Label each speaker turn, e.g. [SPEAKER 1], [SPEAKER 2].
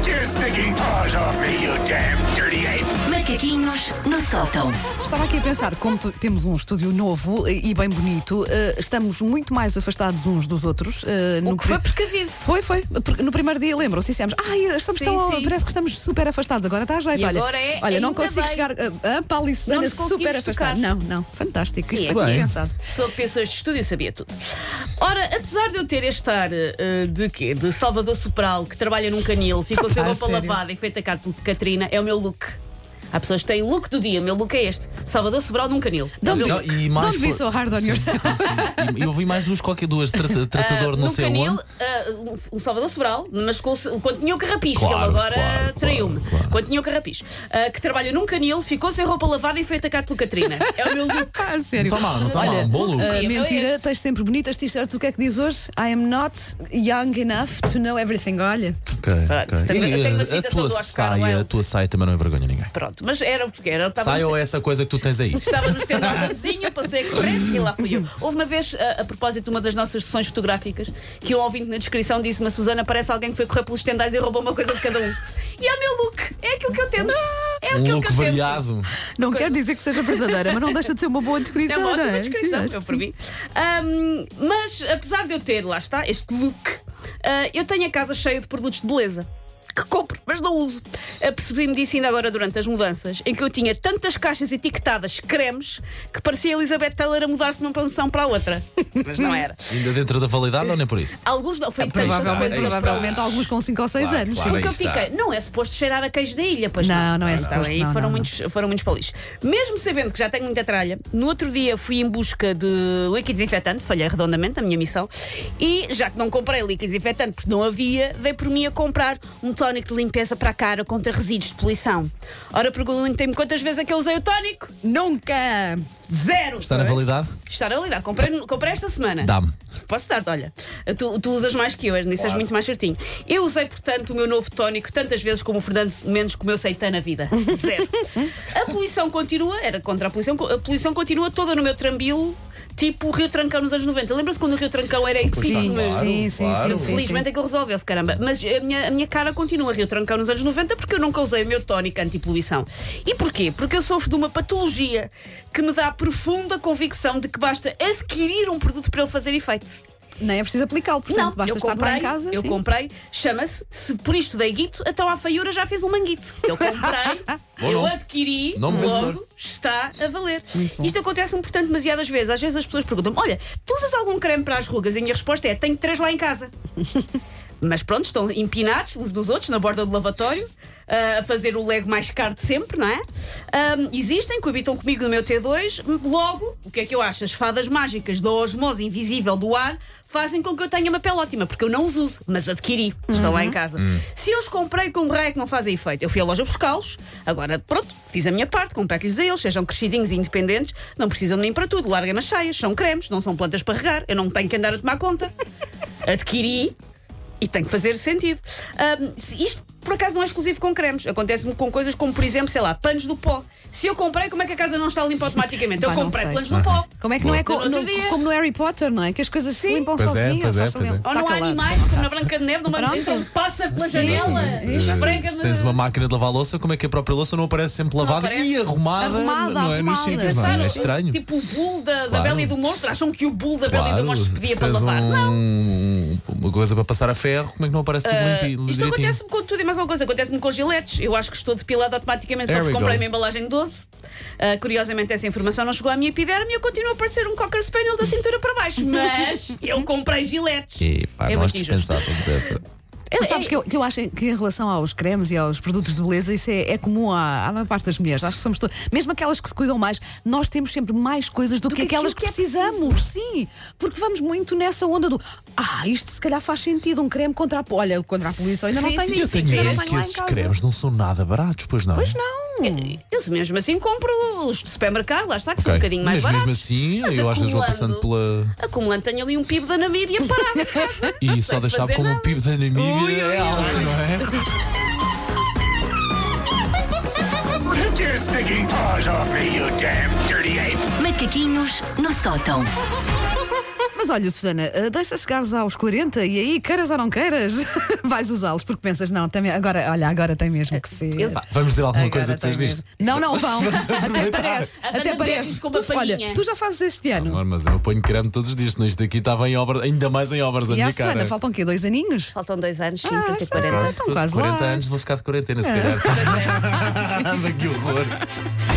[SPEAKER 1] taking paws off me, you damn dirty ape!
[SPEAKER 2] Macaquinhos no sótão.
[SPEAKER 3] Estava aqui a pensar, como t- temos um estúdio novo eh, e bem bonito, eh, estamos muito mais afastados uns dos outros. eh,
[SPEAKER 4] O que foi
[SPEAKER 3] pri-
[SPEAKER 4] precavido.
[SPEAKER 3] Foi, foi. Porque No primeiro dia lembram-se, dissemos, ai, estamos
[SPEAKER 4] Sim,
[SPEAKER 3] tão-
[SPEAKER 4] sim.
[SPEAKER 3] parece que estamos super afastados, agora está a jeito.
[SPEAKER 4] E
[SPEAKER 3] olha,
[SPEAKER 4] agora é
[SPEAKER 3] olha não
[SPEAKER 4] ainda
[SPEAKER 3] consigo
[SPEAKER 4] bem.
[SPEAKER 3] chegar a, a
[SPEAKER 4] Não
[SPEAKER 3] Palicena
[SPEAKER 4] nos conseguimos
[SPEAKER 3] super afastada.
[SPEAKER 4] tocar.
[SPEAKER 3] Não, não, fantástico.
[SPEAKER 4] Sim,
[SPEAKER 3] Isto
[SPEAKER 4] é
[SPEAKER 3] foi tudo
[SPEAKER 5] bem.
[SPEAKER 3] pensado.
[SPEAKER 4] Sobre pessoas de estúdio, eu sabia tudo. Ora, apesar de eu ter este ar eh, de quê? De Salvador Sobral, que trabalha num canil, ficou sem
[SPEAKER 3] Ah,
[SPEAKER 4] roupa
[SPEAKER 3] sério?
[SPEAKER 4] lavada e foi atacado por Catarina, é o meu look. Há pessoas que têm look do dia, o meu look é este: Salvador Sobral num canil. É o
[SPEAKER 3] Don't,
[SPEAKER 4] meu
[SPEAKER 3] be,
[SPEAKER 5] Não,
[SPEAKER 4] look.
[SPEAKER 5] e mais
[SPEAKER 3] don't be
[SPEAKER 5] foi-
[SPEAKER 3] so hard on yourself.
[SPEAKER 5] E Eu vi mais duas, qualquer duas, trata- tratador,
[SPEAKER 4] Ah,
[SPEAKER 5] não
[SPEAKER 4] num
[SPEAKER 5] sei
[SPEAKER 4] canil,
[SPEAKER 5] onde.
[SPEAKER 4] ah, um- um Salvador Sobral, mas com, o- quando tinha o carrapicho,
[SPEAKER 5] Claro,
[SPEAKER 4] que ele agora
[SPEAKER 5] claro,
[SPEAKER 4] traiu-me.
[SPEAKER 5] claro, claro.
[SPEAKER 4] Quando tinha o carrapicho, ah, que trabalha num canil, ficou sem roupa lavada e foi atacado pelo Catarina. É o meu look.
[SPEAKER 3] Ah, sério.
[SPEAKER 5] Não está mal, não está
[SPEAKER 3] Olha,
[SPEAKER 5] mal. Bom look.
[SPEAKER 3] Uh,
[SPEAKER 4] Sim,
[SPEAKER 3] mentira,
[SPEAKER 4] é este.
[SPEAKER 3] tens sempre bonitas t-shirts. O que é que diz hoje? I am not young enough to know everything. Olha,
[SPEAKER 5] Ok,
[SPEAKER 4] Pronto,
[SPEAKER 5] ok.
[SPEAKER 4] tenho-
[SPEAKER 5] E,
[SPEAKER 4] eu tenho uma
[SPEAKER 5] eh, a
[SPEAKER 4] citação
[SPEAKER 5] tua
[SPEAKER 4] do Oscar
[SPEAKER 5] saia, a
[SPEAKER 4] Wilde.
[SPEAKER 5] tua saia também não envergonha ninguém.
[SPEAKER 4] Pronto, mas era porque era. eu estava
[SPEAKER 5] Saia
[SPEAKER 4] nos-
[SPEAKER 5] ou essa coisa que tu tens aí?
[SPEAKER 4] Estava no estendo ao vizinho, passei a correr e lá fui eu. Houve uma vez, eh, a, a propósito de uma das nossas sessões fotográficas, que um ouvinte na descrição disse-me: "A Susana parece alguém que foi correr pelos tendais e roubou uma coisa de cada um. E é o meu look, é aquilo que eu tento. É
[SPEAKER 5] Um
[SPEAKER 4] aquilo
[SPEAKER 5] look
[SPEAKER 4] que eu tento.
[SPEAKER 5] variado.
[SPEAKER 3] não quer dizer que seja verdadeira, mas não deixa de ser uma boa
[SPEAKER 4] É
[SPEAKER 3] descrição.
[SPEAKER 4] uma
[SPEAKER 3] não
[SPEAKER 4] ótima
[SPEAKER 3] é?
[SPEAKER 4] descrição,
[SPEAKER 3] Sim,
[SPEAKER 4] eu
[SPEAKER 3] acho
[SPEAKER 4] por
[SPEAKER 3] que sim.
[SPEAKER 4] mim. Ahm, mas apesar de eu ter, lá está, este look, ah, eu tenho a casa cheia de produtos de beleza. Que compro, mas não uso. Apercebi-me disso ainda agora durante as mudanças, em que eu tinha tantas caixas etiquetadas cremes que parecia Elizabeth Taylor a mudar-se de uma pensão para a outra. Mas não era.
[SPEAKER 5] Ainda dentro da validade ou nem por isso?
[SPEAKER 4] Alguns não. Foi tanto.
[SPEAKER 3] Ah, Provavelmente,
[SPEAKER 5] Aí está.
[SPEAKER 3] provavelmente alguns com 5 ou 6
[SPEAKER 5] Claro,
[SPEAKER 3] anos.
[SPEAKER 5] claro.
[SPEAKER 3] sim.
[SPEAKER 4] Porque
[SPEAKER 5] Aí
[SPEAKER 4] eu
[SPEAKER 5] está.
[SPEAKER 4] fiquei, não é suposto cheirar a queijo da ilha, pois
[SPEAKER 3] Não,
[SPEAKER 4] não.
[SPEAKER 3] não é
[SPEAKER 4] Então
[SPEAKER 3] suposto,
[SPEAKER 4] Aí
[SPEAKER 3] não,
[SPEAKER 4] foram,
[SPEAKER 3] não,
[SPEAKER 4] muitos, foram muitos para o lixo. Mesmo sabendo que já tenho muita tralha, no outro dia fui em busca de líquido desinfetante, falhei redondamente a minha missão, e já que não comprei líquido desinfetante porque não havia, dei por mim a comprar um tónico de limpeza para a cara contra resíduos de poluição. Ora, perguntem-me quantas vezes é que eu usei o tónico?
[SPEAKER 3] Nunca!
[SPEAKER 4] Zero!
[SPEAKER 5] Está na validade?
[SPEAKER 4] Está na validade. Comprei, comprei esta semana.
[SPEAKER 5] Dá-me.
[SPEAKER 4] Posso dar-te, olha. Tu, tu usas mais que eu, nisso és muito mais certinho. Eu usei, portanto, o meu novo tónico tantas vezes como o Fernando Mendes comeu seitã na vida. Zero. a poluição continua, era contra a poluição, a poluição continua toda no meu trambilo, tipo o Rio Trancão nos anos 90. Lembra-se quando o Rio Trancão era em que
[SPEAKER 3] Sim,
[SPEAKER 4] no meu.
[SPEAKER 5] claro,
[SPEAKER 3] sim, sim,
[SPEAKER 5] claro.
[SPEAKER 3] sim, sim, sim.
[SPEAKER 4] Felizmente é que ele resolveu-se, caramba. Mas a minha, a minha cara continua a rio trancão nos anos 90 porque eu nunca usei o meu tónico anti-poluição. E porquê? Porque eu sofro de uma patologia que me dá a profunda convicção de que basta adquirir um produto para ele fazer efeito.
[SPEAKER 3] Nem é preciso aplicá-lo, portanto,
[SPEAKER 4] Não,
[SPEAKER 3] basta
[SPEAKER 4] eu
[SPEAKER 3] estar lá
[SPEAKER 4] comprei,
[SPEAKER 3] em casa.
[SPEAKER 4] Eu
[SPEAKER 3] sim.
[SPEAKER 4] comprei, chama-se, se por isto dei guito, então à feiura já fez um manguito. Eu comprei,
[SPEAKER 5] Bom
[SPEAKER 4] eu
[SPEAKER 5] nome.
[SPEAKER 4] adquiri,
[SPEAKER 5] Nome
[SPEAKER 4] logo
[SPEAKER 5] vencedor.
[SPEAKER 4] está a valer. Isto acontece-me, portanto, demasiadas vezes. Às vezes as pessoas perguntam-me: olha, tu usas algum creme para as rugas? E a minha resposta é: tenho três lá em casa. Mas pronto, estão empinados uns dos outros na borda do lavatório, ah, a fazer o lego mais caro de sempre, não é? Ahm, existem, coabitam comigo no meu T2. Logo, o que é que eu acho? As fadas mágicas da osmose invisível do ar fazem com que eu tenha uma pele ótima, porque eu não os uso, mas adquiri, estão lá em casa. Se eu os comprei com um raio que não fazem efeito, eu fui à loja buscá-los, agora pronto, fiz a minha parte, compete-lhes a eles, sejam crescidinhos e independentes, não precisam de mim para tudo, larga nas cheias, são cremes, não são plantas para regar, eu não tenho que andar a tomar conta. Adquiri, e tem que fazer sentido. Ahm, se isto por acaso não é exclusivo com cremes. Acontece-me com coisas como, por exemplo, sei lá, panos do pó. Se eu comprei, como é que a casa não está limpa automaticamente?
[SPEAKER 3] Pá,
[SPEAKER 4] Eu
[SPEAKER 3] não
[SPEAKER 4] comprei
[SPEAKER 3] sei.
[SPEAKER 4] panos do pó.
[SPEAKER 3] Como é que não é co-
[SPEAKER 4] No outro
[SPEAKER 3] no-
[SPEAKER 4] dia.
[SPEAKER 3] como no Harry Potter, não é? Que as coisas se
[SPEAKER 4] Sim.
[SPEAKER 3] limpam
[SPEAKER 5] Pois é,
[SPEAKER 3] sozinhas,
[SPEAKER 5] pois é,
[SPEAKER 3] faz-se
[SPEAKER 5] pois é.
[SPEAKER 3] limpo.
[SPEAKER 4] Ou
[SPEAKER 3] Tá
[SPEAKER 4] não há
[SPEAKER 3] calado,
[SPEAKER 4] animais,
[SPEAKER 3] não
[SPEAKER 4] como
[SPEAKER 3] sabe.
[SPEAKER 4] na Branca de Neve, numa
[SPEAKER 3] Pronto.
[SPEAKER 4] então passa pela
[SPEAKER 3] Sim.
[SPEAKER 4] janela.
[SPEAKER 5] Eh,
[SPEAKER 4] esfrega
[SPEAKER 5] Se tens uma máquina de lavar louça, como é que a própria louça não aparece sempre lavada
[SPEAKER 3] aparece.
[SPEAKER 5] e arrumada,
[SPEAKER 3] Arrumada,
[SPEAKER 5] não é?
[SPEAKER 3] arrumada.
[SPEAKER 5] Nos sítios, não é?
[SPEAKER 4] Sabe,
[SPEAKER 5] É estranho.
[SPEAKER 4] Tipo o bull da, da
[SPEAKER 5] Claro.
[SPEAKER 4] Bela e do Monstro. Acham que o bull da Bela e do
[SPEAKER 5] Claro,
[SPEAKER 4] Monstro se pedia
[SPEAKER 5] se
[SPEAKER 4] para
[SPEAKER 5] tens
[SPEAKER 4] lavar? Não.
[SPEAKER 5] um, uma coisa para passar a ferro, como é que não aparece tudo
[SPEAKER 4] Ah,
[SPEAKER 5] limpinho?
[SPEAKER 4] isto
[SPEAKER 5] direitinho?
[SPEAKER 4] acontece-me com tudo e mais alguma coisa. Acontece-me com giletes. Eu acho que estou depilada automaticamente só
[SPEAKER 5] There
[SPEAKER 4] porque
[SPEAKER 5] we
[SPEAKER 4] comprei
[SPEAKER 5] go.
[SPEAKER 4] uma embalagem de 12. Ah, curiosamente, essa informação não chegou à minha epiderme e eu continuo a parecer um cocker spaniel da cintura para baixo. Mas eu comprei giletes.
[SPEAKER 5] E, pá,
[SPEAKER 4] é
[SPEAKER 5] nós
[SPEAKER 4] muito injusto.
[SPEAKER 5] dispensávamos essa.
[SPEAKER 4] É-
[SPEAKER 3] Sabes
[SPEAKER 4] é-
[SPEAKER 3] que eu, que eu acho que em relação aos cremes e aos produtos de beleza, isso é, é comum à, à maior parte das mulheres. Acho que somos todos, mesmo aquelas que se cuidam mais, nós temos sempre mais coisas do, que,
[SPEAKER 4] que
[SPEAKER 3] aquelas que,
[SPEAKER 4] aquilo que é
[SPEAKER 3] precisamos. Sim, porque vamos muito nessa onda do ah, isto se calhar faz sentido, um creme contra a, olha, contra a poluição. Ainda não
[SPEAKER 4] Sim,
[SPEAKER 3] tenho
[SPEAKER 4] sim,
[SPEAKER 5] E eu
[SPEAKER 3] isso,
[SPEAKER 5] tenho
[SPEAKER 3] ainda
[SPEAKER 5] ideia
[SPEAKER 3] não
[SPEAKER 5] que
[SPEAKER 3] tenho lá em
[SPEAKER 5] esses
[SPEAKER 3] casa.
[SPEAKER 5] cremes não são nada baratos, pois não?
[SPEAKER 3] Pois não.
[SPEAKER 4] É, Eu mesmo assim compro os de supermercado, lá
[SPEAKER 3] é
[SPEAKER 4] está, que são um
[SPEAKER 5] Ok.
[SPEAKER 4] bocadinho mais
[SPEAKER 5] Mas mesmo
[SPEAKER 4] baratos.
[SPEAKER 5] assim,
[SPEAKER 4] Mas
[SPEAKER 5] eu às vezes vou passando
[SPEAKER 4] acumulando- Acumulando, tenho ali um PIB da Namíbia parado em casa.
[SPEAKER 5] E só
[SPEAKER 4] Sem
[SPEAKER 5] deixar
[SPEAKER 4] fazer
[SPEAKER 5] com um
[SPEAKER 4] nada.
[SPEAKER 5] PIB da
[SPEAKER 3] Ui, ui,
[SPEAKER 5] Namíbia
[SPEAKER 3] ui.
[SPEAKER 5] é alto, não é?
[SPEAKER 1] Take your stinking paws off me, you damn dirty ape!
[SPEAKER 2] Macaquinhos no sótão.
[SPEAKER 3] Mas olha, Susana, eh, deixa chegares aos 40 e aí, queiras ou não queiras, vais usá-los, porque pensas, não, também, agora, olha, agora tem mesmo que ser.
[SPEAKER 4] Eu-
[SPEAKER 5] Pá, Vamos dizer alguma
[SPEAKER 3] Agora
[SPEAKER 5] coisa
[SPEAKER 3] tem
[SPEAKER 5] depois disto.
[SPEAKER 3] mesmo. Não, não vão. Até
[SPEAKER 5] aproveitar.
[SPEAKER 3] parece. Até
[SPEAKER 4] Arranjamos
[SPEAKER 3] parece.
[SPEAKER 4] destes com uma
[SPEAKER 3] Tu- olha,
[SPEAKER 4] farinha.
[SPEAKER 3] tu já fazes este ano.
[SPEAKER 5] Amor, mas eu ponho creme todos os dias, senão isto aqui estava em obras, ainda mais em obras
[SPEAKER 3] e
[SPEAKER 5] a
[SPEAKER 3] à
[SPEAKER 5] minha
[SPEAKER 3] Susana,
[SPEAKER 5] cara. é-
[SPEAKER 3] faltam o quê? Dois aninhos?
[SPEAKER 4] Faltam dois anos, sim,
[SPEAKER 3] Ah,
[SPEAKER 4] para ter
[SPEAKER 3] está.
[SPEAKER 4] 40.
[SPEAKER 3] São quase lá. É.
[SPEAKER 5] 40 anos vou ficar de quarentena, se calhar. que horror.